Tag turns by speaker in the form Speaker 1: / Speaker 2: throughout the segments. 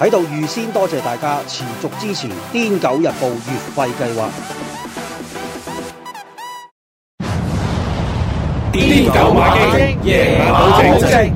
Speaker 1: 喺度預先多謝大家持續支持《癲狗日報》月費計劃。
Speaker 2: 癲狗馬經，夜馬保證。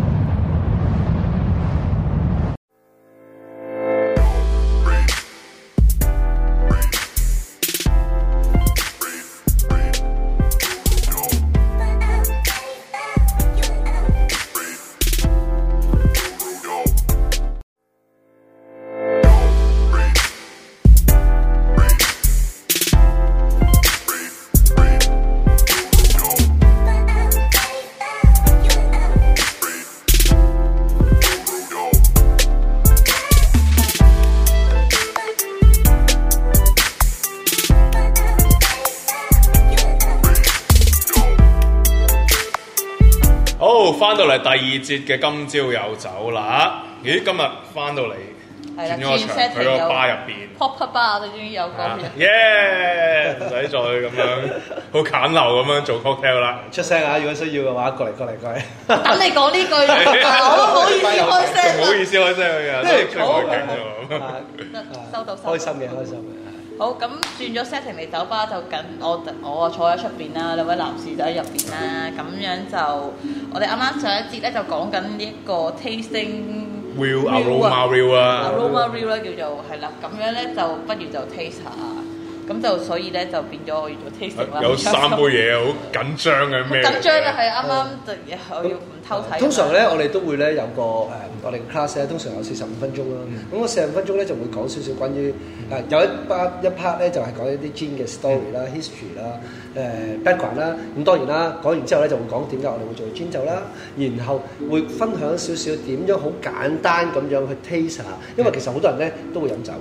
Speaker 2: 好，翻到嚟第二節嘅今朝有酒啦。咦，今日翻到嚟
Speaker 3: 係啦
Speaker 2: 轉咗個場，
Speaker 3: 轉 setting
Speaker 2: 去個
Speaker 3: 有
Speaker 2: 吧入邊。
Speaker 3: pop up bar 我哋終於有個係
Speaker 2: 耶！唔使再咁樣好簡陋咁樣做 cocktail 啦。
Speaker 4: 出聲啊！如果需要嘅話，過嚟過嚟過嚟。
Speaker 3: 等你 講呢句，我都唔好意思開聲
Speaker 2: 唔好意思開聲佢啊，真係
Speaker 4: 好
Speaker 2: 太勁
Speaker 4: 啊
Speaker 2: 喎。
Speaker 3: 收到收到
Speaker 4: 開心嘅，開心嘅。
Speaker 3: 好，咁轉咗 setting 嚟酒吧就緊我我啊坐喺出邊啦，兩位男士就喺入邊啦，咁樣就我哋啱啱上一節咧就講緊呢一個 tasting
Speaker 2: Will
Speaker 3: reel 啊
Speaker 2: aroma real 啊，
Speaker 3: aroma reel 啦叫做係啦，咁樣咧就不如就 taste 下，咁就所以咧就變咗我要做 tasting 啦，
Speaker 2: 有三杯嘢好緊張嘅
Speaker 3: 好
Speaker 2: 咩嚟嘅？
Speaker 3: 緊張啊嘅係啱啱就我要唔偷睇，啊
Speaker 4: 通常咧，我哋都會咧有個誒，我哋嘅 class 咧，通常有四十五分鐘啦。咁個四十五分鐘咧就會講少少關於誒有一 part 一 part 咧就係講一啲 gin 嘅 story 啦、history 啦、誒 background 啦。咁當然啦，講完之後咧就會講點解我哋會做 gin 酒啦，然後會分享少少點樣好簡單咁樣去 taste 下，因為其實好多人咧都會飲酒，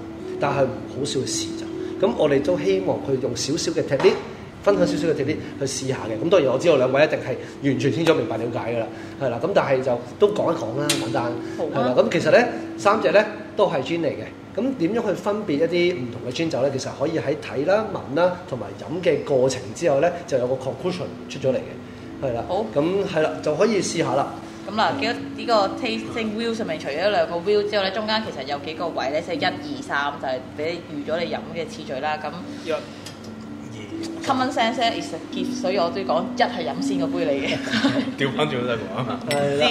Speaker 4: 但係好少去試酒。咁我哋都希望佢用少少嘅 technique，分享少少嘅 technique 去試下嘅。咁當然我知道兩位一定係完全清楚明白了解㗎啦，係啦。咁但係就都講一講啦，簡單
Speaker 3: 好啊
Speaker 4: 係啦。咁其實咧三隻咧都係 gin 嚟嘅。咁點樣去分別一啲唔同嘅 gin 酒咧？其實可以喺睇啦、聞啦同埋飲嘅過程之後咧，就有個 conclusion 出咗嚟嘅，係啦。
Speaker 3: 好
Speaker 4: 咁係啦，就可以試下啦。
Speaker 3: 咁啦，幾多呢個 tasting wheel 上面除咗兩個 wheel 之後咧，中間其實有幾個位咧，即係一二三，就係俾你預咗你飲嘅次序啦。咁 common sense 咧 is a gift，所以我都要講一係飲先個杯你嘅，
Speaker 2: 調翻轉都得講啊！
Speaker 4: 係啦。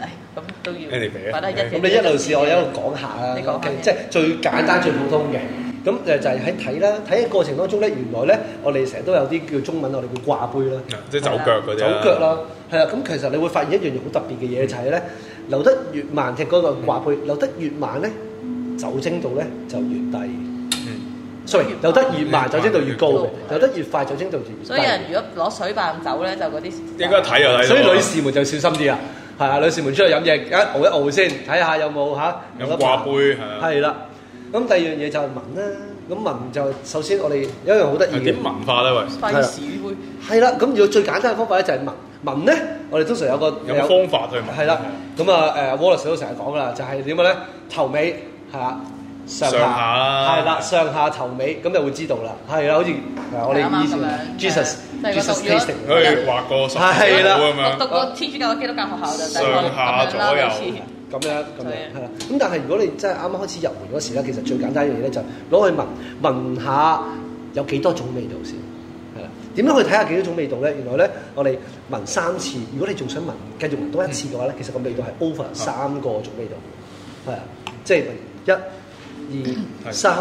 Speaker 3: 唉咁都要
Speaker 2: Anyway
Speaker 3: 擺得一
Speaker 4: 咁
Speaker 3: 嘅。
Speaker 4: 你一路試，我一路講下啦。
Speaker 3: 你講下
Speaker 4: OK，即係最簡單、最普通嘅。咁誒就係喺睇啦，睇嘅過程當中咧，原來咧我哋成日都有啲叫中文，我哋叫掛杯啦，
Speaker 2: 即係走腳嗰啲
Speaker 4: 走
Speaker 2: 啊
Speaker 4: 腳。啦，係啦。咁其實你會發現一樣嘢好特別嘅嘢就係咧，流得越慢踢嗰個掛杯，流得越慢咧，酒精度咧就越低。
Speaker 2: 嗯
Speaker 4: sorry，流得越慢酒精度越高嘅
Speaker 3: 越，
Speaker 4: 流得越快酒精度就越低。
Speaker 3: 所以有人如果攞水扮酒咧，就嗰啲應
Speaker 2: 應該睇就睇到啦。
Speaker 4: 所以女士們就小心啲啊！係啊，女士們出去飲嘢，一熬一熬先，睇下有冇嚇
Speaker 2: 有掛杯係啊
Speaker 4: 係啦，咁第二樣嘢就係聞啦。咁聞就首先我哋有一樣好得意
Speaker 2: 係
Speaker 4: 嘅
Speaker 2: 點，文化咧？喂，
Speaker 3: 費事會
Speaker 4: 係啦。咁如果最簡單嘅方法咧就係聞聞咧，我哋通常有個
Speaker 2: 有方法去聞
Speaker 4: 係啦。咁啊誒，Wallace 都成日講噶啦，就係點嘅咧？頭尾係啊，上
Speaker 2: 上下啦
Speaker 4: 係啦，上下頭尾咁就會知道啦。係啦，好似嗱我哋以前
Speaker 3: 啱啱咁樣
Speaker 4: Jesus
Speaker 3: 係就係嗰
Speaker 4: Jesus
Speaker 3: 度如果
Speaker 4: tasting。
Speaker 2: 去畫個十字
Speaker 4: 係啦
Speaker 2: 好咁
Speaker 3: 讀
Speaker 2: 樣。
Speaker 3: 讀個天主教嘅基督教學校就大
Speaker 2: 上
Speaker 3: 概
Speaker 2: 下
Speaker 3: 咁樣啦
Speaker 2: 左右
Speaker 3: 好似
Speaker 4: 咁樣咁樣
Speaker 3: 係
Speaker 4: 係啦。
Speaker 2: 啊
Speaker 4: 咁但係如果你真係啱啱開始入門嗰時咧，其實最簡單一樣嘢咧就係攞去聞聞下有幾多種味道先。係啦，點樣去睇下幾多種味道咧？原來咧，我哋聞三次，如果你仲想聞繼續聞多一次嘅話咧，其實個味道係 over
Speaker 2: 啊
Speaker 4: 三個種味道嘅。係啊，即係聞一、
Speaker 2: 係
Speaker 4: 二、三。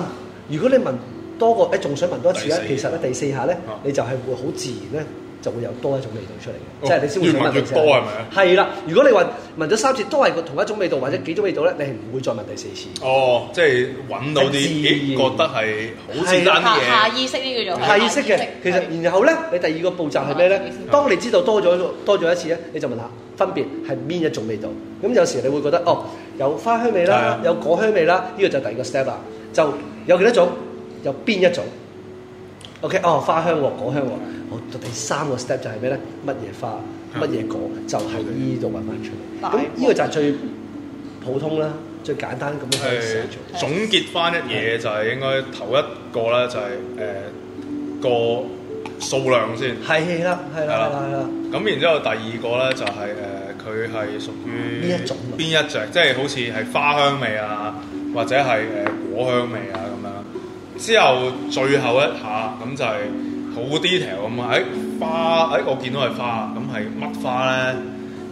Speaker 4: 如果你聞多個，誒仲想聞多一次咧，
Speaker 2: 第
Speaker 4: 其
Speaker 2: 四
Speaker 4: 實咧第四下咧
Speaker 2: 啊，
Speaker 4: 你就係會好自然咧。就會有多一種味道出嚟
Speaker 2: 哦
Speaker 4: 嘅，即係你先會
Speaker 2: 越
Speaker 4: 想
Speaker 2: 聞
Speaker 4: 聞
Speaker 2: 越
Speaker 4: 第四
Speaker 2: 多
Speaker 4: 下
Speaker 2: 係咪啊
Speaker 4: 係啦，如果你話聞咗三次都係個同一種味道或者幾種味道咧，你係唔會再聞第四次。
Speaker 2: 哦，即係揾到啲，咦，
Speaker 4: 自然
Speaker 2: 覺得係好似單
Speaker 3: 下啊下
Speaker 2: 嘢。
Speaker 3: 意識呢叫做
Speaker 4: 係意識嘅，其
Speaker 3: 係
Speaker 4: 實然後咧，你第二個步驟係咩咧
Speaker 3: 嗯？
Speaker 4: 當你知道多咗多咗一次咧，你就問下分別係邊一種味道。咁有時你會覺得哦，有花香味
Speaker 2: 係啊
Speaker 4: 啦，有果香味啦，呢個就第二個 step 啦。就有幾多種？有邊一種？OK，哦，花香喎，果香喎，好，第三個 step 就係咩咧？乜嘢花，乜嘢果，就係呢度揾翻出嚟。咁呢個就係最普通啦，最簡單咁樣去試做。
Speaker 2: 誒總結翻一嘢就係應該頭一個咧就係誒個數量先，
Speaker 4: 係啦，係啦，係啦，係啦。
Speaker 2: 咁然之後第二個咧就係誒佢係屬於
Speaker 4: 邊一種啊
Speaker 2: 邊一隻，即係好似係花香味啊，或者係誒果香味啊咁樣。之後最後一下咁就係好 detail 咁啊！誒、花誒、我見到係花，咁係乜花咧？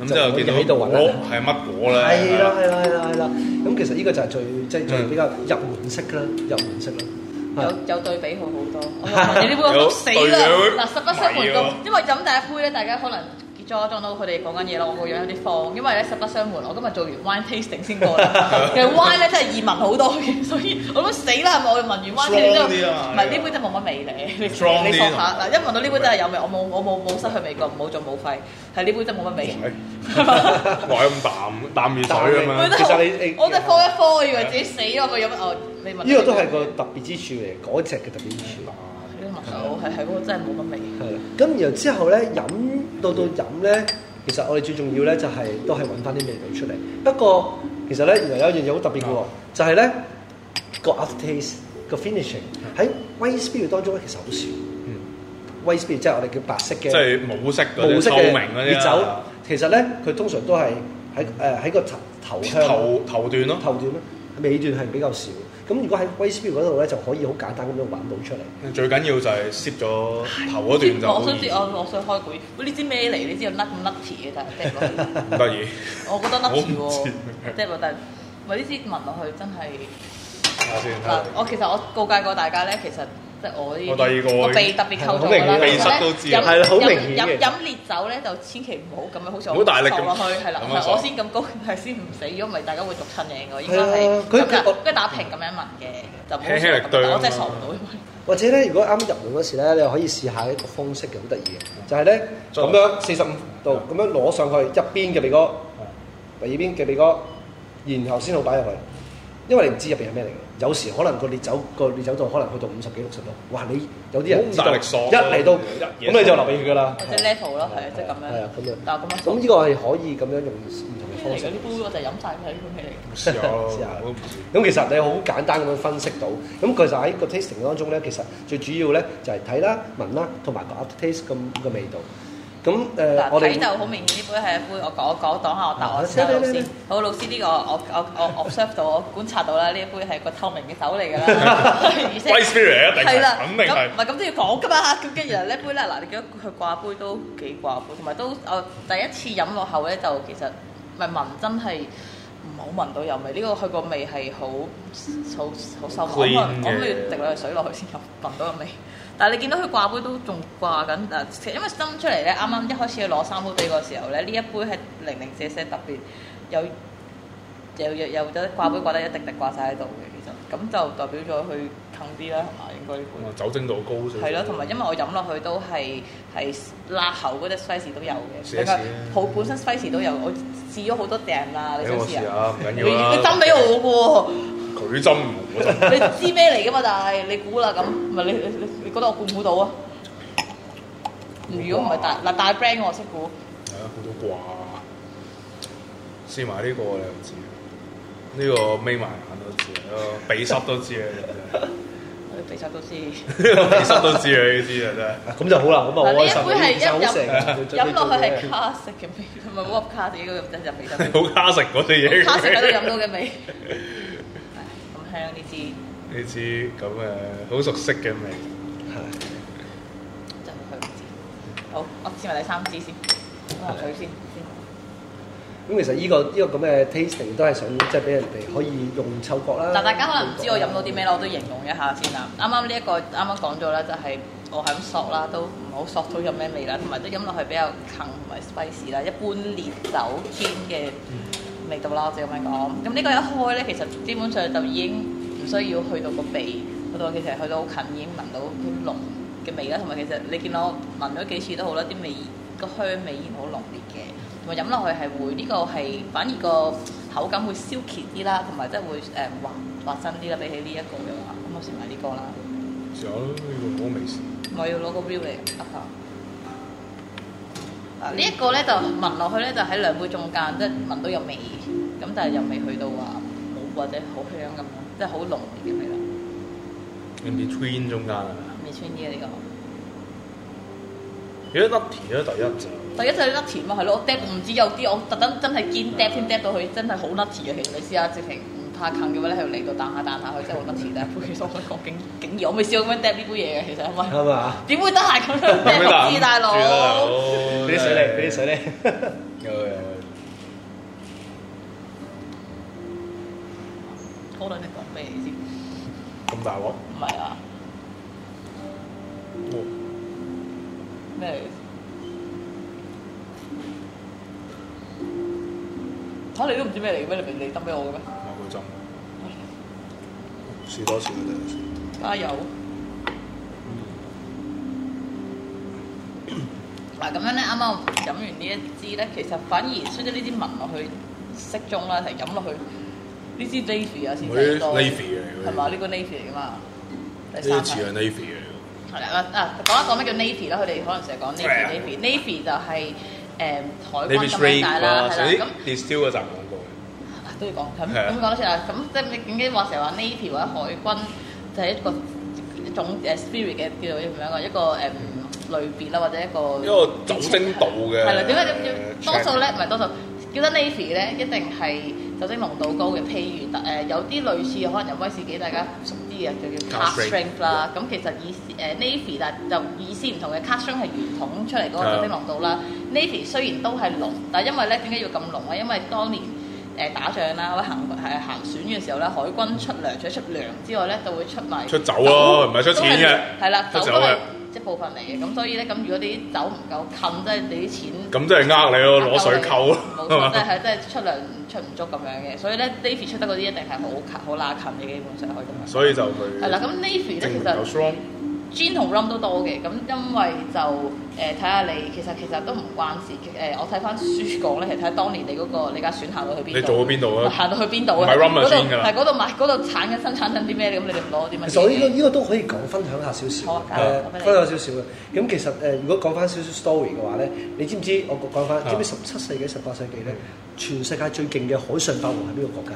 Speaker 2: 咁
Speaker 4: 就
Speaker 2: 之後見
Speaker 4: 可以喺
Speaker 2: 到
Speaker 4: 度
Speaker 2: 果
Speaker 4: 揾啦
Speaker 2: 係乜果咧？
Speaker 4: 係
Speaker 2: 係
Speaker 4: 啦
Speaker 2: 啦，
Speaker 4: 係啦係啦係啦。咁其實呢個就係最即係最
Speaker 2: 嗯
Speaker 4: 比較入門式啦，入門式啦。
Speaker 3: 有有對比好好多。 我話你呢杯我死
Speaker 2: 有
Speaker 3: 啦！嗱，實不相瞞
Speaker 2: 係喎
Speaker 4: 啊
Speaker 3: 咁，因為飲第一杯咧，大家可能。裝裝到佢哋講緊嘢咯，我個樣有啲慌，因為咧實不相瞞，我今日做完 wine tasting 先過嚟， 其實 wine 咧真係易聞好多嘅，所以我都死啦，係咪？我聞完 wine tasting 之
Speaker 2: Strong 啲
Speaker 3: 後，
Speaker 2: 啊
Speaker 3: 唔
Speaker 2: 嘛
Speaker 3: 係呢杯真係冇乜味咧，你你
Speaker 2: Strong
Speaker 4: 啊
Speaker 2: 啲
Speaker 3: 放下嗱，一聞到呢杯真係有味，我冇我冇冇失去味覺，冇做冇費，係呢杯真係冇乜味。
Speaker 2: 哇！咁啖啖熱水咁樣
Speaker 4: 其實你你啊
Speaker 3: 我真係科一科，我以為自己死咯，我個飲哦，你聞
Speaker 4: 呢個都係個特別之處嚟，嗰只嘅特別之處。
Speaker 3: 呢個聞到係係嗰個真係冇乜味。
Speaker 4: 係啦，咁然後之後咧飲到到飲咧，其實我哋最重要咧就係、都係揾翻啲味道出嚟。不過其實咧原來有一樣嘢好特別嘅喎，就係咧個 aftertaste 個 finishing 喺 white spirit 當中咧其實好少。嗯，white spirit 即係我哋叫白色
Speaker 2: 即
Speaker 4: 嘅。
Speaker 2: 係冇色嗰
Speaker 4: 模
Speaker 2: 啲
Speaker 4: 式
Speaker 2: 透
Speaker 4: 嘅
Speaker 2: 明嗰
Speaker 4: 烈
Speaker 2: 啲
Speaker 4: 酒
Speaker 2: 啊，
Speaker 4: 其實咧佢通常都係喺誒喺個頭頭香啊
Speaker 2: 頭頭段咯，
Speaker 4: 頭段咧尾段係比較少。咁如果喺 w a s t e 嗰度咧，就可以好簡單咁樣揾到出嚟。
Speaker 2: 最緊要就係攝咗頭嗰段就
Speaker 3: 我
Speaker 2: 好
Speaker 3: 想知
Speaker 2: 易，
Speaker 3: 我我想開會，喂呢支咩嚟？呢支有甩咁甩鐵嘅，但係掟落 去，
Speaker 2: 唔得意。
Speaker 3: 我覺得甩鐵
Speaker 2: 我唔知
Speaker 3: 喎，掟落但係喂呢支聞落去真係
Speaker 2: 睇下先，睇
Speaker 3: 嗱
Speaker 2: 下，
Speaker 3: 我其實我告誡過大家咧，其實。即係我呢
Speaker 2: 我第二個
Speaker 3: 啲，我鼻特別構造
Speaker 4: 好明顯
Speaker 3: 啦，
Speaker 4: 嘅
Speaker 2: 鼻
Speaker 3: 其實
Speaker 2: 塞都知
Speaker 3: 咧飲
Speaker 4: 係啦好明
Speaker 3: 飲
Speaker 4: 顯
Speaker 3: 飲
Speaker 4: 嘅
Speaker 3: 飲烈酒咧就千祈唔好咁樣，好似我
Speaker 2: 唔好大力咁
Speaker 3: 咁落去，係啦，
Speaker 2: 咁樣
Speaker 3: 係我
Speaker 2: 索
Speaker 3: 先咁高， 係先唔死，如果唔係大家會毒親嘅，我應該
Speaker 4: 係啊
Speaker 3: 係
Speaker 4: 佢
Speaker 3: 咁就
Speaker 4: 佢
Speaker 3: 跟住打平咁樣問嘅，就唔好
Speaker 2: 輕輕力
Speaker 3: 索咁
Speaker 2: 對
Speaker 3: 但我
Speaker 2: 啊
Speaker 3: 真
Speaker 2: 嘛
Speaker 3: 係受唔到，因為
Speaker 4: 或者咧，如果啱入門嗰時咧，你可以試下一個方式嘅，好得意嘅，就係咧
Speaker 2: 再
Speaker 4: 咁樣四十五度咁樣攞上去，一邊嘅鼻哥，第二邊嘅鼻哥，然後先好擺入去。因為你唔知入邊係咩嚟嘅，有時可能個烈酒個烈酒度可能去到五十幾六十度，哇！你有啲人知道
Speaker 2: 好
Speaker 4: 一
Speaker 2: 大力索啊
Speaker 4: 嚟到
Speaker 2: 一嘢
Speaker 4: 咁你就流鼻血㗎啦。
Speaker 3: 或者 level 咯，係啊，即係咁樣。
Speaker 4: 係啊咁樣
Speaker 3: 但係咁樣做。
Speaker 4: 咁呢個係可以咁樣用唔同嘅
Speaker 3: 咩嚟
Speaker 4: 方
Speaker 3: 嘅
Speaker 4: 式
Speaker 3: 呢。杯我就飲晒佢呢杯咩嚟
Speaker 2: 試下咯，
Speaker 4: 試下
Speaker 2: 我都唔知。
Speaker 4: 咁其實你好簡單咁樣分析到，咁其實喺個 tasting 當中咧，其實最主要咧就係睇啦、聞啦，同埋個 aftertaste 咁嘅味道。咁誒、
Speaker 3: 嘅？
Speaker 4: 呃
Speaker 3: 嗱，
Speaker 4: 我
Speaker 3: 睇
Speaker 4: 哋
Speaker 3: 就好明顯呢杯係一杯我講我講講下我答案先啦，
Speaker 4: 啊
Speaker 3: 老
Speaker 4: 嚟嚟
Speaker 3: 師
Speaker 4: 嚟。
Speaker 3: 好，老師呢個我我我我 observe 到，我觀察到啦，呢一杯係個透明嘅酒嚟 㗎啦，而且
Speaker 2: White spirit 一定
Speaker 3: 係
Speaker 2: 係，
Speaker 3: 啦，
Speaker 2: 肯定
Speaker 3: 咁
Speaker 2: 係
Speaker 3: 唔。係咁都要講㗎嘛。咁跟住呢杯咧，嗱，你見到佢掛杯都幾掛杯，同埋都我第一次飲落口咧，就其實咪聞真係。唔好聞到有味，呢、個佢個味係好好好收埋，我可
Speaker 2: Clean
Speaker 3: 能我諗
Speaker 2: 嘅
Speaker 3: 要滴兩滴水落去先有聞到個味。但係你見到佢掛杯都仲掛緊誒，其實因為斟出嚟咧，啱啱一開始攞三杯俾個時候咧，呢一杯係零零舍舍特別有有有有得掛杯掛得一滴滴掛晒喺度嘅，其實咁就代表咗佢近啲啦，係嘛？應該呢杯。
Speaker 2: 啊酒精度高少少。
Speaker 3: 係咯，同埋因為我飲落去都係係辣口嗰只 spice 都有嘅，
Speaker 2: 試一試
Speaker 3: 另
Speaker 2: 啊
Speaker 3: 外好本身 spice 都有，我試咗好多訂啦，你
Speaker 2: 俾
Speaker 3: 想
Speaker 2: 哎我
Speaker 3: 試
Speaker 2: 試
Speaker 3: 啊？
Speaker 2: 下，唔
Speaker 3: 你
Speaker 2: 緊要啦。
Speaker 3: 你斟俾，我
Speaker 2: 佢斟我
Speaker 3: 嘅
Speaker 2: 斟。
Speaker 3: 喎，你知咩嚟噶嘛？但係你估啦咁，唔係你你你你覺得我估唔估到啊？如果唔係大嗱大 brand 我識估，
Speaker 2: 係啊，好多啩。試埋呢個你又知，呢個眯埋眼都知，啊呢個鼻濕都知啊！
Speaker 3: 我哋比賽都知。
Speaker 2: 真係鼻濕都知啊！呢啲啊真係。
Speaker 4: 咁就好啦，咁啊好
Speaker 3: 嗱呢
Speaker 4: 開
Speaker 3: 一
Speaker 4: 心。
Speaker 3: 杯係
Speaker 4: 其實好
Speaker 3: 一
Speaker 4: 食
Speaker 3: 飲飲落去係
Speaker 4: 最
Speaker 3: 卡式嘅味，唔係冇卡式嗰個真就味 得。
Speaker 2: 好卡食嗰啲嘢。
Speaker 3: 卡式嗰度飲到嘅味，唉咁香呢支。
Speaker 2: 呢支咁誒好熟悉嘅味，
Speaker 3: 就佢唔知。好，我試埋第三支先，我下水先。
Speaker 4: 咁其實呢、個呢、個咁嘅 tasting 都係想即係俾人哋可以用嗅覺啦。
Speaker 3: 嗱，大家可能唔知我飲到啲咩啦，我都形容一下先啦。啱啱呢一個啱啱講咗啦，就係我係咁索啦，都唔好索到有咩味啦，同埋都飲落去比較近同埋 spicy 啦，一般烈酒 gin 嘅味道啦，我就咁樣講。咁呢個一開咧，其實基本上就已經唔需要去到個鼻嗰度，其實去到好近已經聞到啲濃嘅味啦，同埋其實你見我聞咗幾次都好啦，啲味個香味已經好濃烈嘅，同埋飲落去係會呢、個係反而個口感會呃消竭啲啦，同埋即係會誒、滑滑身啲啦，比起呢一個嘅話，咁我食埋呢個啦。
Speaker 2: 試下咯，呢個我未試。
Speaker 3: 我要攞個 view 嚟噏下。嗱呢一個咧就聞落去咧就喺兩杯中間，即係聞到有味，咁但係又未去到話好或者好香咁樣，即係好濃烈嘅味啦。
Speaker 2: In between 中間啊，
Speaker 3: 未穿啲嘅呢個，
Speaker 2: 如果 Nutty 啊咧第一 就
Speaker 3: 第一就係甩甜啊，係咯，我 d 唔知有啲我特登真係堅 d 添 d 到佢真係好甩甜嘅，其實你試下直情唔怕近嘅話咧，喺度嚟到彈下彈下佢真係好甩甜，但係其實我想講竟竟然我未試過咁樣 d 呢杯嘢嘅，其實係咪？
Speaker 4: 啱嘛？
Speaker 3: 點會得閒咁樣 d 六支大佬？
Speaker 4: 俾
Speaker 2: 啊
Speaker 4: 啲水你，俾啲水你。
Speaker 2: 有有有，
Speaker 3: 好撚你講咩你知？唔
Speaker 2: 咁大鑊，
Speaker 3: 係啊，
Speaker 2: 哦
Speaker 3: 咩嚟？嚇、你都唔知咩嚟嘅咩？你咪你得俾我嘅咩？
Speaker 2: 我佢針，試多次佢哋先。
Speaker 3: 加油！嗱咁樣咧，啱啱我飲完呢一支咧，其實反而雖咗呢啲聞落去適中啦，就係飲落去呢支 navy 啊先
Speaker 2: 佢
Speaker 3: 正多
Speaker 2: navy 嚟嘅
Speaker 3: 係嘛？呢個 navy 嚟噶嘛？第
Speaker 2: 呢
Speaker 3: 三
Speaker 2: 啲似
Speaker 3: 係
Speaker 2: 係 Navy 嚟嘅。
Speaker 3: 係啦啊啊！講一講咩叫 navy 啦，佢哋可能成日講
Speaker 2: 係
Speaker 3: navy
Speaker 2: 啊
Speaker 3: navy navy 就係誒
Speaker 2: n a
Speaker 3: 台
Speaker 2: v
Speaker 3: 灣
Speaker 2: y
Speaker 3: 咁
Speaker 2: Trade
Speaker 3: 樣大啦
Speaker 2: 啦，，
Speaker 3: 係啦
Speaker 2: 啲
Speaker 3: 咁。
Speaker 2: distill 嗰集廣告嘅，
Speaker 3: 啊都要講咁
Speaker 2: 係啊
Speaker 3: 咁講得出啦。咁即係你點解話成日話 navy 或者海軍就係一個一種誒 spirit 嘅叫做點樣啊？一個誒類別啦，或者一個
Speaker 2: 一個酒精度嘅
Speaker 3: 係啦，點解點解多
Speaker 2: check
Speaker 3: 數咧唔係多數叫得 navy 咧，一定係酒精濃度高嘅。譬如誒有啲類似可能有威士忌，大家熟啲嘅就叫
Speaker 2: Cask strength
Speaker 3: cast strength 啦。咁其實意思誒 navy 但就意思唔同嘅，cast strength 係圓筒出嚟
Speaker 2: 啊
Speaker 3: 嗰個酒精濃度啦。navy 雖然都係濃，但係因為咧點解要咁濃啊咧？因為當年誒打仗啦，或者行誒行船嘅時候咧，海軍出糧除咗出糧之外咧，就會出埋
Speaker 2: 出酒咯唔係出錢嘅
Speaker 3: 係啦，
Speaker 2: 出啊
Speaker 3: 酒
Speaker 2: 酒
Speaker 3: 都
Speaker 2: 嘅
Speaker 3: 係一部分嚟嘅。咁所以咧，咁如果你啲酒唔夠近，即係你啲錢。
Speaker 2: 咁真係呃你咯，攞水溝咯，係
Speaker 3: 冇錯，即
Speaker 2: 嘛？
Speaker 3: 係真係出糧出唔足咁樣嘅，所以咧 Navy 出得嗰啲一定係好近好拉近嘅，基本上可以咁 樣。
Speaker 2: 所以就佢
Speaker 3: 係啦，咁
Speaker 2: 證
Speaker 3: Navy 咧
Speaker 2: 明
Speaker 3: 其
Speaker 2: 有
Speaker 3: 實
Speaker 2: strong，
Speaker 3: gin 同 rum 都多嘅，咁因為就誒睇下你其實其實都唔關事嘅，誒、呃我睇翻書講咧，其實睇下當年你嗰、個你架船行到去邊度，
Speaker 2: 你做到邊度啊
Speaker 3: 行到去邊度
Speaker 2: 唔
Speaker 3: 啊？
Speaker 2: 係 rum 就
Speaker 3: 嗰度
Speaker 2: gin 㗎啦
Speaker 3: 係嗰度買嗰度產緊生產緊啲咩？咁你哋攞啲乜嘢？
Speaker 4: 所以呢個呢個都可以講分享下少少，
Speaker 3: 好啊
Speaker 4: 誒
Speaker 3: 搞啊
Speaker 4: 分享少少嘅。咁其實誒，如果講翻少少 story 嘅話咧，你知唔知我講
Speaker 2: 啊
Speaker 4: 翻？知唔知十七世紀、十八世紀咧，全世界最勁嘅海上霸王係邊個國家？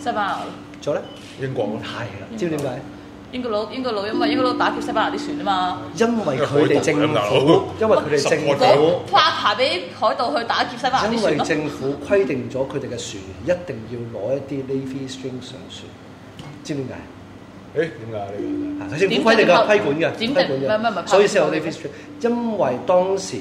Speaker 3: 西班牙佬
Speaker 4: 仲有咧，
Speaker 2: 英國
Speaker 3: 嗯
Speaker 2: 咯，
Speaker 4: 係啦，知唔知點解？
Speaker 3: 英國佬英國佬，因為英國佬打劫西班牙啲船啊嘛。
Speaker 4: 因為佢哋政府，因為佢哋政
Speaker 2: 十個
Speaker 4: 府
Speaker 2: 九。
Speaker 3: 嗰拍牌俾海盜去打劫西班牙啲
Speaker 4: 因
Speaker 3: 船
Speaker 4: 為
Speaker 3: 咯。
Speaker 4: 政府規定咗佢哋嘅船員一定要攞一啲 navy string 上船，知唔知點解？
Speaker 2: 誒點解呢
Speaker 4: 啊政府規定㗎，規管嘅，
Speaker 3: 點
Speaker 4: 規
Speaker 3: 定
Speaker 4: 管
Speaker 3: 唔係唔係唔係
Speaker 4: 嘅，所以先有 navy string。因為當時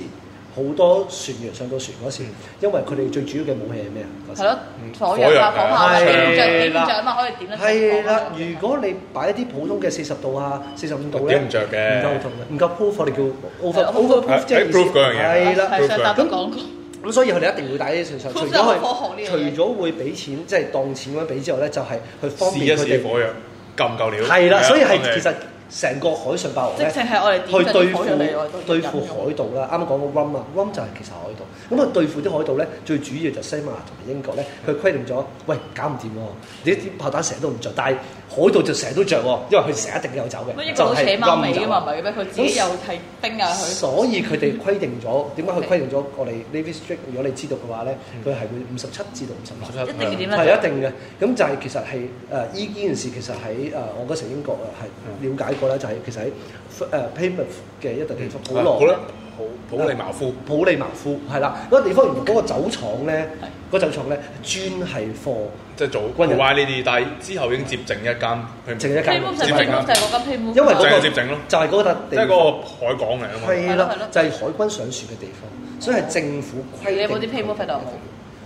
Speaker 4: 好多船員上到船嗰時，因為佢哋最主要嘅武器係咩啊？嗰時
Speaker 3: 係咯，
Speaker 2: 嗯
Speaker 3: 火藥啊，火炮啊，
Speaker 4: 係
Speaker 3: 點着點
Speaker 4: 啦
Speaker 3: 着啊嘛，可以點得
Speaker 4: 係啦，如果你擺一啲普通嘅四十度啊、四十五度咧，
Speaker 2: 點唔著嘅
Speaker 4: 唔夠同嘅，唔夠 proof 我哋叫 over
Speaker 3: 係
Speaker 4: overproof 即係意思
Speaker 2: proof 嗰樣嘢
Speaker 4: 係啦。
Speaker 3: 係上集都
Speaker 4: 咁
Speaker 3: 講過，
Speaker 4: 咁所以佢哋一定會帶呢啲信上，除
Speaker 3: Proof
Speaker 4: 咗
Speaker 3: 就係
Speaker 4: 佢
Speaker 3: 火紅呢樣嘢
Speaker 4: 除咗會俾錢，即係當錢咁樣俾之後咧，就係
Speaker 2: 個？
Speaker 4: 去方
Speaker 2: 試一
Speaker 4: 便佢
Speaker 2: 試
Speaker 4: 哋。
Speaker 2: 火藥夠唔夠料？
Speaker 4: 係啦，所以係其
Speaker 2: 係啊
Speaker 4: 實成個海上霸王
Speaker 3: 即
Speaker 4: 咧，
Speaker 3: 係我哋
Speaker 4: 去
Speaker 3: 點
Speaker 4: 對
Speaker 3: 對
Speaker 4: 付
Speaker 3: 火藥嚟，我哋都
Speaker 4: 對付海盜啦。啱啱講過 rum 啊，rum 就係其實海盜。咁啊，對付啲海盜咧，最主要就西班牙同埋英國咧，佢規定咗，喂，搞唔掂喎！你啲炮彈成日都唔着，但係海盜就成日都着喎，因為佢成日一定有酒
Speaker 3: 乜
Speaker 4: 嘅，
Speaker 3: 英
Speaker 4: 就
Speaker 3: 國佬扯
Speaker 4: 係
Speaker 3: 貓尾
Speaker 4: rum
Speaker 3: 㗎
Speaker 4: 酒
Speaker 3: 嘛，
Speaker 4: 啊。
Speaker 3: 唔係嘅咩？佢自己又係冰啊，佢
Speaker 4: 所以佢哋規定咗，點解佢規定咗我哋 navy strict？如果你知道嘅話咧，佢係會五十七至到五十六。
Speaker 3: 一定要點啊
Speaker 4: 係
Speaker 3: 咧？
Speaker 4: 一定嘅，咁就係其實係誒依依件事其實喺誒、我嗰時英國啊係了解過啦，就係、其實喺誒 Plymouth 嘅一笪地方，
Speaker 3: 嗯
Speaker 4: 普羅
Speaker 2: 好啦，好普利茅夫，
Speaker 4: 普利茅夫係啦，嗰、個地方原來嗰個酒廠咧，嗰酒廠咧專係貨
Speaker 2: 即係做
Speaker 4: 軍人
Speaker 2: Y 呢啲，但係之後已經接整一間，佢
Speaker 4: 剩一間
Speaker 3: 披
Speaker 4: 酒
Speaker 3: 毛
Speaker 4: 廠，
Speaker 3: 就
Speaker 2: 接
Speaker 3: 係
Speaker 2: 整啊
Speaker 3: 嗰就係嗰間披毛，
Speaker 4: 因為嗰、
Speaker 2: 就
Speaker 4: 個
Speaker 2: 係接整咯
Speaker 4: 就係嗰笪
Speaker 2: 即係嗰
Speaker 4: 地方，
Speaker 2: 個海港嚟啊嘛。
Speaker 4: 係
Speaker 3: 係咯
Speaker 4: 啦
Speaker 3: 係，
Speaker 4: 就係海軍上船嘅地方，所以係政府規定。
Speaker 3: 你有冇啲披毛 fit 到冇？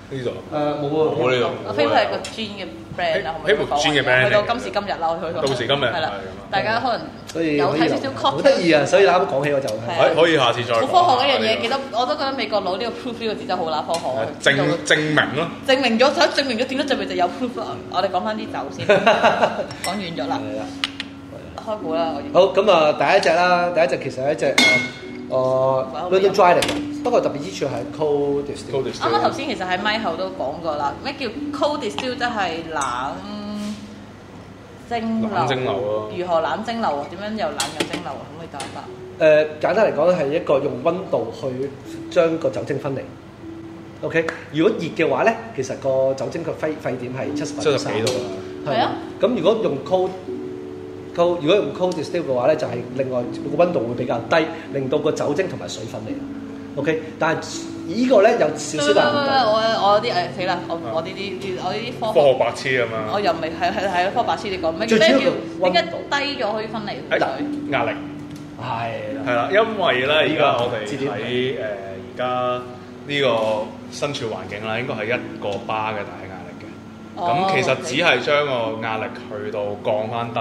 Speaker 2: 呢度
Speaker 4: 誒冇啊，
Speaker 2: 我呢度
Speaker 3: 我 f a 係個 gin 嘅 brand 啦，可唔可以
Speaker 2: Playboy Gin 嘅 brand
Speaker 3: 去到今時今日啦，我去到
Speaker 2: 到時今日
Speaker 3: 係啦
Speaker 2: 係咁，
Speaker 3: 大家可
Speaker 4: 所
Speaker 3: 能
Speaker 4: 以
Speaker 3: 有
Speaker 4: 可以
Speaker 3: 睇
Speaker 4: 留
Speaker 3: 少少 c o
Speaker 4: 好得意啊！所以啱啱講起我就係
Speaker 2: 可以
Speaker 3: 係
Speaker 2: 可以下次再
Speaker 3: 哎好
Speaker 2: 講
Speaker 3: 科學一樣嘢，記
Speaker 2: 下
Speaker 3: 得我都覺得美國佬呢個 proof 呢個字真係好啦，科學。
Speaker 2: 呢個證證明咯，
Speaker 3: 證明咗，想證明咗點樣證明就有 proof Ờ, 啦。我哋講翻啲酒 先，講完咗啦，
Speaker 4: 係啦。
Speaker 3: 開估啦，我要。
Speaker 4: 好咁啊，第一隻啦，第一隻其實係一隻誒誒 ờ, London Dry 嚟嘅，不過特別之處係 cold
Speaker 2: Cold
Speaker 4: distill。
Speaker 2: distill
Speaker 3: 啱啱頭先其實喺咪後都講過啦，咩叫 cold distill 即係冷蒸
Speaker 2: 冷蒸餾咯
Speaker 3: 啊如何冷蒸餾？點樣又冷又蒸餾？啊可唔可以講一講？
Speaker 4: 誒、簡單嚟講咧，係一個用温度去將個酒精分離。OK，如果熱嘅話咧，其實個酒精個沸沸點係七十
Speaker 2: 七十幾度啦，
Speaker 3: 係啊。
Speaker 4: 咁如果用 cold cold，如果用 cold distill 嘅話咧，就係、另外個温度會比較低，令到個酒精同埋水分離。OK，但係呢個咧有少少難
Speaker 3: 喂喂喂
Speaker 4: 度。
Speaker 3: 我我啲誒死啦！我我呢啲啲我呢啲科
Speaker 2: 啊科學
Speaker 3: 學，
Speaker 2: 白痴咁
Speaker 3: 我
Speaker 2: 樣，
Speaker 3: 又未係係係科學白痴你講咩？
Speaker 4: 最
Speaker 3: 咩
Speaker 4: 主要嘅
Speaker 3: 叫點解
Speaker 4: 溫度
Speaker 3: 低咗可以分
Speaker 2: 誒
Speaker 3: 離水？
Speaker 2: 哎壓力
Speaker 4: 係啦。
Speaker 2: 係啦，因為咧而
Speaker 4: 呢個
Speaker 2: 家我哋
Speaker 4: 知點
Speaker 2: 喺誒而家呢個身處環境啦，應該係一個巴嘅大壓力嘅。咁、
Speaker 3: 哦
Speaker 2: 其實
Speaker 3: OK
Speaker 2: 只係將個壓力去到降翻低，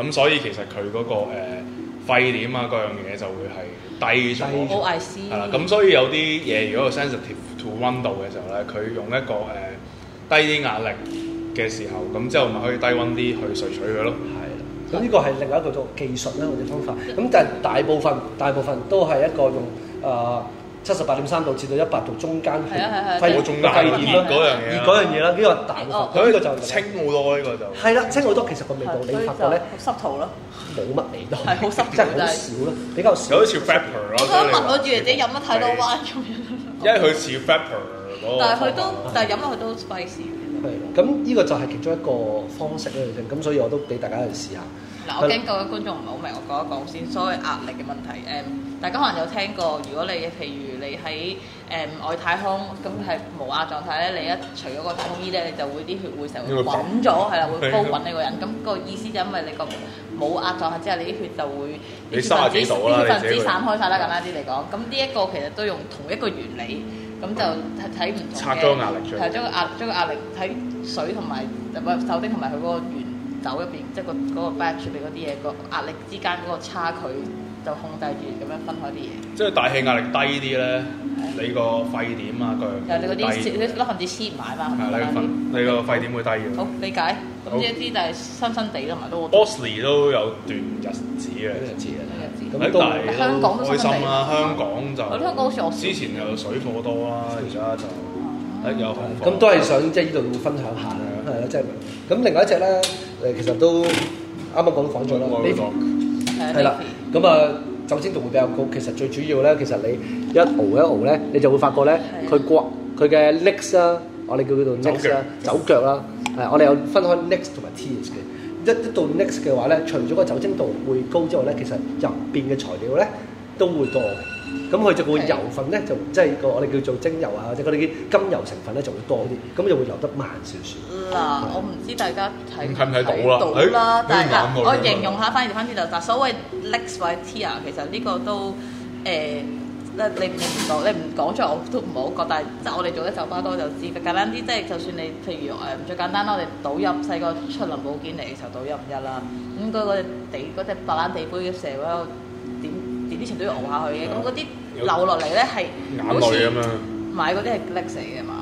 Speaker 2: 咁所以其實佢嗰、個、呃、沸點啊嗰樣嘢就會係低咗。
Speaker 4: 低咗
Speaker 3: O I C
Speaker 2: 係啦，咁所以有啲嘢如果佢 sensitive to 温度嘅時候咧，佢用一個誒、呃低啲壓力嘅時候，咁之後咪可以低温啲去萃取佢咯。
Speaker 4: 係啦，咁呢個係另外一個做技術啦，或者方法。咁但係大部分大部分都係一個用誒七十八點三度至到一百度中間去
Speaker 3: 係啊係啊
Speaker 4: 揮
Speaker 3: 係
Speaker 2: 我
Speaker 3: 啊哦
Speaker 2: 仲
Speaker 3: 大
Speaker 2: 大熱
Speaker 3: 熱
Speaker 4: 揮熱
Speaker 2: 嗰
Speaker 4: 咯，
Speaker 2: 樣
Speaker 4: 熱
Speaker 2: 嘢啊，
Speaker 4: 嗰樣嘢啦，呢個大部分。咁呢個就
Speaker 2: 清好多呢個就。
Speaker 4: 係啦，清好多其實個味道你發覺咧
Speaker 3: 濕圖咯。
Speaker 4: 冇乜味道，
Speaker 3: 係好濕
Speaker 4: 真係
Speaker 3: 真
Speaker 4: 好
Speaker 3: 係
Speaker 4: 少啦，比較
Speaker 2: 有
Speaker 4: 少。
Speaker 2: 啲似 rapper 咯，
Speaker 3: 我想問我住
Speaker 2: 即
Speaker 3: 姐
Speaker 2: 係哦
Speaker 3: 姐
Speaker 2: 你話
Speaker 3: 飲得太多彎咁樣，
Speaker 2: 因為佢似 rapper 嗰個
Speaker 3: 但係佢都
Speaker 2: 方法
Speaker 3: 但係飲落去都 spicy。
Speaker 4: 係啦，咁呢個就係其中一個方式啦，咁所以我都俾大家去試下。
Speaker 3: 嗱，我驚各位觀眾唔係好明，我講一講先。所謂壓力嘅問題，誒、大家可能有聽過，如果你譬如你喺誒、外太空，咁係無壓狀態咧，你一除咗個太空衣咧，你就會啲血會成日會滾咗，係 啦，
Speaker 2: 啊
Speaker 3: 會煲滾你個人。咁、個意思就因為你個冇壓狀態之下，你啲血就會
Speaker 2: 你卅幾度啦
Speaker 3: 啲血分
Speaker 2: 你自己個
Speaker 3: 子散開晒啦，簡單啲嚟講。咁呢一個其實都用同一個原理，咁就睇睇唔同嘅
Speaker 2: 拆咗個壓力出嚟
Speaker 3: 係將個壓將個壓力喺水同埋唔係酒精同埋佢嗰個原酒入邊，即係個嗰個 batch 入邊嗰啲嘢個壓力之間嗰個差距就控制住咁樣分開啲嘢。
Speaker 2: 即係大氣壓力低啲咧，你個沸點啊佢
Speaker 3: 有你嗰啲
Speaker 2: 低
Speaker 3: 少啲分子黐唔埋嘛，
Speaker 2: 係你個
Speaker 3: 係
Speaker 2: 分
Speaker 3: 咪
Speaker 2: 你個沸點會低嘅。
Speaker 3: 好理解。咁
Speaker 2: 好
Speaker 3: 呢一啲就係新新地同埋都好多
Speaker 2: Bosley 都有段日子嘅，
Speaker 4: 知啊嘅
Speaker 3: 嘅日子。
Speaker 4: 咁
Speaker 2: 喺
Speaker 4: 都
Speaker 2: 大
Speaker 3: 香港都
Speaker 2: 開心啦，香港
Speaker 3: 我香港好似我
Speaker 2: 就之前有水貨多啦，而家就誒有恐
Speaker 4: 咁都係想即係呢度會分享下啦，係啊啦，即係咁另外一隻咧，誒其實都啱啱講都講咗啦，
Speaker 2: 外國
Speaker 4: 呢
Speaker 3: 係
Speaker 4: 係啦，咁啊酒精度會比較高，其實最主要咧，其實你一熬一熬咧，你就會發覺咧，
Speaker 3: 係
Speaker 4: 佢刮佢嘅 licks 啦，我哋叫佢做
Speaker 2: 酒
Speaker 4: licks 啦，酒腳啦，係我哋有分開 licks 同埋 tears 嘅。一一到 next 嘅話咧，除咗個酒精度會高之外咧，其實入邊嘅材料咧都會多嘅。咁佢就會
Speaker 3: 係
Speaker 4: 油份咧，就即係個我哋叫做精油啊，或者嗰啲甘油成分咧就會多啲，咁就會流得慢少少。
Speaker 3: 嗱，我唔知大家睇
Speaker 2: 睇唔睇到啦
Speaker 3: 睇啦，
Speaker 2: 誒
Speaker 3: 但係
Speaker 2: 你眼
Speaker 3: 嗱
Speaker 2: 望
Speaker 3: 我
Speaker 2: 咗
Speaker 3: 形容下翻而翻轉頭，但所謂 lex 或者 tia 其實呢個都誒。嗱你唔講，你唔講出嚟我都唔係好覺，但係即係我哋做得酒吧多就知。簡單啲，即係就算你譬如誒、最簡單啦，我哋倒飲細個出林寶堅尼嘅時候倒飲一啦，咁嗰個地嗰隻白蘭地杯嘅蛇嗰個點點之前都要熬下去嘅，咁嗰啲流落嚟咧係
Speaker 2: 眼
Speaker 3: 好似
Speaker 2: 淚咁樣。
Speaker 3: 買嗰啲係 l e x 嚟嘅 嘛，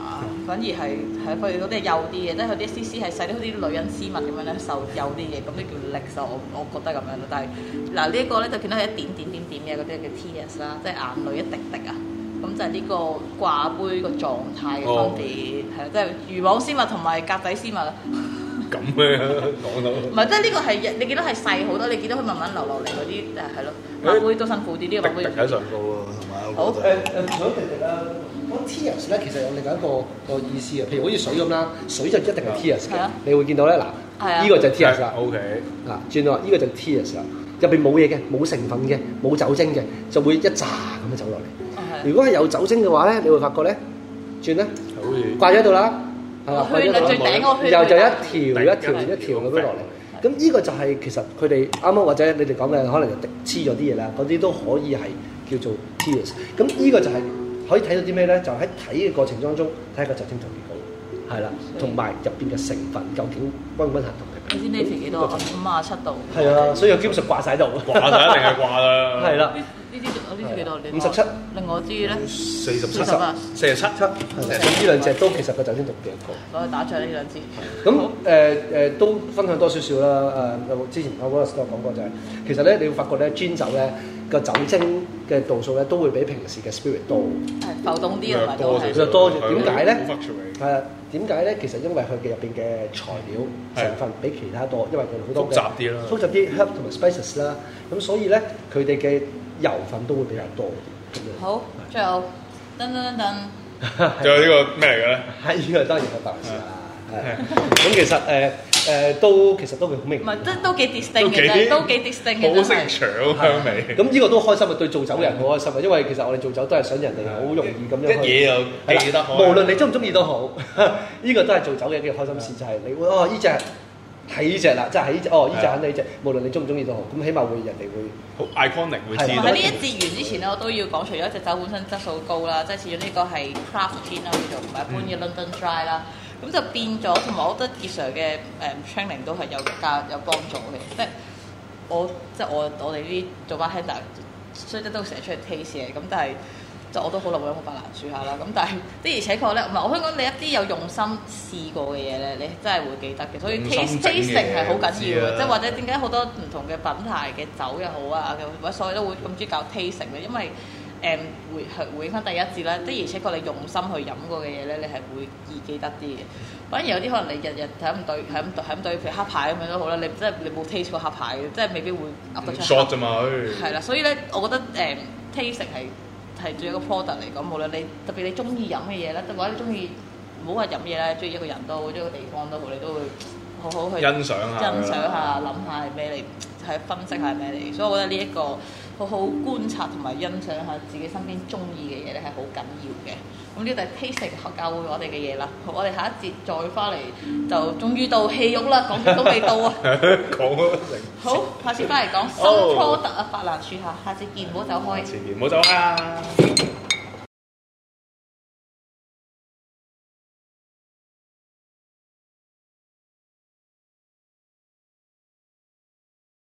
Speaker 3: 反而係係佢嗰啲係幼啲嘅，即係佢啲絲絲係細啲，好似女人絲襪咁樣咧，瘦幼啲嘅，咁呢叫 l e x 我我覺得咁樣咯。但係嗱呢一個咧就見到係一點點點點嘅嗰啲叫 tears 啦，即係眼淚一滴滴啊。咁就係呢個掛杯個狀態嘅
Speaker 2: 哦
Speaker 3: 分別，係啦、即係魚網絲襪同埋格仔絲襪啊。
Speaker 2: 咁嘅講到。
Speaker 3: 唔係，即係呢個係你見到係細好多，你見到佢慢慢流落嚟嗰啲，誒係咯，買杯都辛苦啲，呢、個買
Speaker 2: 滴滴
Speaker 3: 杯
Speaker 2: 喺上高咯，同埋
Speaker 3: 好
Speaker 2: 我
Speaker 4: 誒
Speaker 2: 覺
Speaker 4: 誒
Speaker 2: 得
Speaker 4: 水滴滴啦，咁哦 tears 咧其實有另外一個個意思啊，譬如好似水咁啦，水就一定係 tears
Speaker 3: 係
Speaker 4: 嘅
Speaker 3: 啊，
Speaker 4: 你會見到咧
Speaker 3: 係啊
Speaker 4: 嗱，呢個就係 tears 啦。
Speaker 2: O K，
Speaker 4: 啊，轉落呢個就 tears 啦，入邊冇嘢嘅，冇成分嘅，冇酒精嘅，就會一扎咁樣走落嚟。
Speaker 3: 係
Speaker 4: 如果係有酒精嘅話咧，你會發覺咧，轉咧
Speaker 2: 好似
Speaker 4: 掛咗喺度啦，係嘛
Speaker 3: 我去
Speaker 4: 掛咗喺
Speaker 3: 你
Speaker 4: 度
Speaker 3: 最
Speaker 4: 啦
Speaker 3: 頂嗰個圈，
Speaker 4: 又就一
Speaker 2: 頂
Speaker 4: 條一條
Speaker 2: 一條
Speaker 4: 一條咁樣落嚟。咁呢個就係其實佢哋啱啱或者你哋講嘅可能就滴黐咗啲嘢啦，嗰啲都可以係叫做 tears。咁呢個就係可以睇到啲咩咧？就喺睇嘅過程當中睇下個酒精度幾高，係啦，同埋入邊嘅成分究竟均唔均衡同平唔平
Speaker 3: 你知呢條幾多？
Speaker 4: 咁呢個就
Speaker 3: 五啊七度。
Speaker 4: 係啊，所以我基本上掛晒喺度。
Speaker 2: 掛就一定係掛啦。
Speaker 4: 係啦，
Speaker 3: 呢啲我呢支幾多年？
Speaker 4: 57。
Speaker 3: 另外支咧，
Speaker 2: 四十七
Speaker 3: 四、十啊，
Speaker 2: 四十七，
Speaker 4: 七，呢兩隻都其實個酒精度幾高。
Speaker 3: 所以打仗呢兩支。
Speaker 4: 咁誒誒都分享多少少啦。誒、有之前阿 Wallace 都有講過就係、其實咧你會發覺咧氈酒咧個酒精嘅度數咧都會比平時嘅 spirit 多。
Speaker 2: 嗯
Speaker 3: 係浮動啲同埋
Speaker 2: 啊
Speaker 3: 都係
Speaker 4: 少。就多咗
Speaker 2: 佢
Speaker 4: 點解咧
Speaker 2: 好 fluctuate
Speaker 4: 係啊，點解咧？其實因為佢嘅入邊嘅材料
Speaker 2: 係
Speaker 4: 成分比其他多，因為佢好多嘅
Speaker 2: 複雜啲啦
Speaker 4: 複雜啲 herb 同埋 spices 啦，咁所以咧佢哋嘅油份都會比較多啲。咁樣
Speaker 3: 好，最後噔噔噔噔，
Speaker 2: 仲有呢個咩嚟嘅咧？
Speaker 4: 啊係呢個當然係白事啦。係咁其實誒誒都其實都會好明
Speaker 3: 唔
Speaker 4: 顯。
Speaker 3: 係即都幾 distinct 嘅啫，都幾 distinct 嘅
Speaker 2: 好
Speaker 3: 真
Speaker 2: 識
Speaker 3: 係。
Speaker 2: 搶香味。
Speaker 4: 咁呢個都開心啊！對做酒嘅人好開心啊，因為其實我哋做酒都係想人哋好容易咁樣
Speaker 2: 一嘢
Speaker 4: 去
Speaker 2: 就
Speaker 4: 係啦
Speaker 2: 記得開
Speaker 4: 無論你中唔中意都好，呢個都係做酒嘅一個開心事，就係你會哦呢只係呢只啦，即係呢只哦呢只
Speaker 2: 係
Speaker 4: 肯定呢只，無論你中唔中意都好，咁起碼會人哋會
Speaker 2: 好 iconic 會知
Speaker 3: 我
Speaker 2: 道
Speaker 3: 喺呢一節完之前咧，我都要講，除咗隻酒本身質素高啦，即係始終呢個係 craft gin 啦，叫做唔係一般嘅 London dry 啦。咁就變咗，同埋我覺得傑 Sir 嘅誒 training 都係有加有幫助嘅，即係我即係我我哋呢啲做 bartender，雖則都成日出去 taste 嘅，咁但係就我都好耐冇飲過白蘭樹下啦。咁但係的而且確咧，唔係我香港你一啲有用心試過嘅嘢咧，你真係會記得嘅。所以
Speaker 2: 用
Speaker 3: taste
Speaker 2: 心整嘅
Speaker 3: tasting 係好緊要
Speaker 2: 知啊
Speaker 3: 嘅，即係或者點解好多唔同嘅品牌嘅酒又好啊，或者所以都會咁中意搞 tasting 咧，因為誒、回回回翻第一節啦，的而且確你用心去飲過嘅嘢咧，你係會易記得啲嘅。反而有啲可能你日日係咁對係咁對係咁對，譬如黑牌咁樣都好啦，你真係你冇 taste 過黑牌嘅，即係未必會噏得出
Speaker 2: 嗯
Speaker 3: 黑
Speaker 2: short 啫嘛，
Speaker 3: 嗯係啦，所以咧，我覺得誒、tasting 係係對一個 product 嚟講，無論你特別你中意飲嘅嘢啦，或者你中意唔好話飲嘢啦，中意一個人都好，中意一個地方都好，你都會好好去
Speaker 2: 哎欣賞下
Speaker 3: 欣賞下、諗下係咩嚟，係分析下係咩嚟。所以我覺得呢、一個好好觀察同埋欣賞下自己身邊中意嘅嘢咧，係好緊要嘅。咁呢個就係 tasting 學教會我哋嘅嘢啦。好，我哋下一節再翻嚟就終於到戲肉啦，講極都未到啊！
Speaker 2: 講咗成
Speaker 3: 好，下次翻嚟講新
Speaker 2: 好
Speaker 3: product 啊，白蘭樹下，下次見，唔好走開。
Speaker 2: 前面唔好走啊！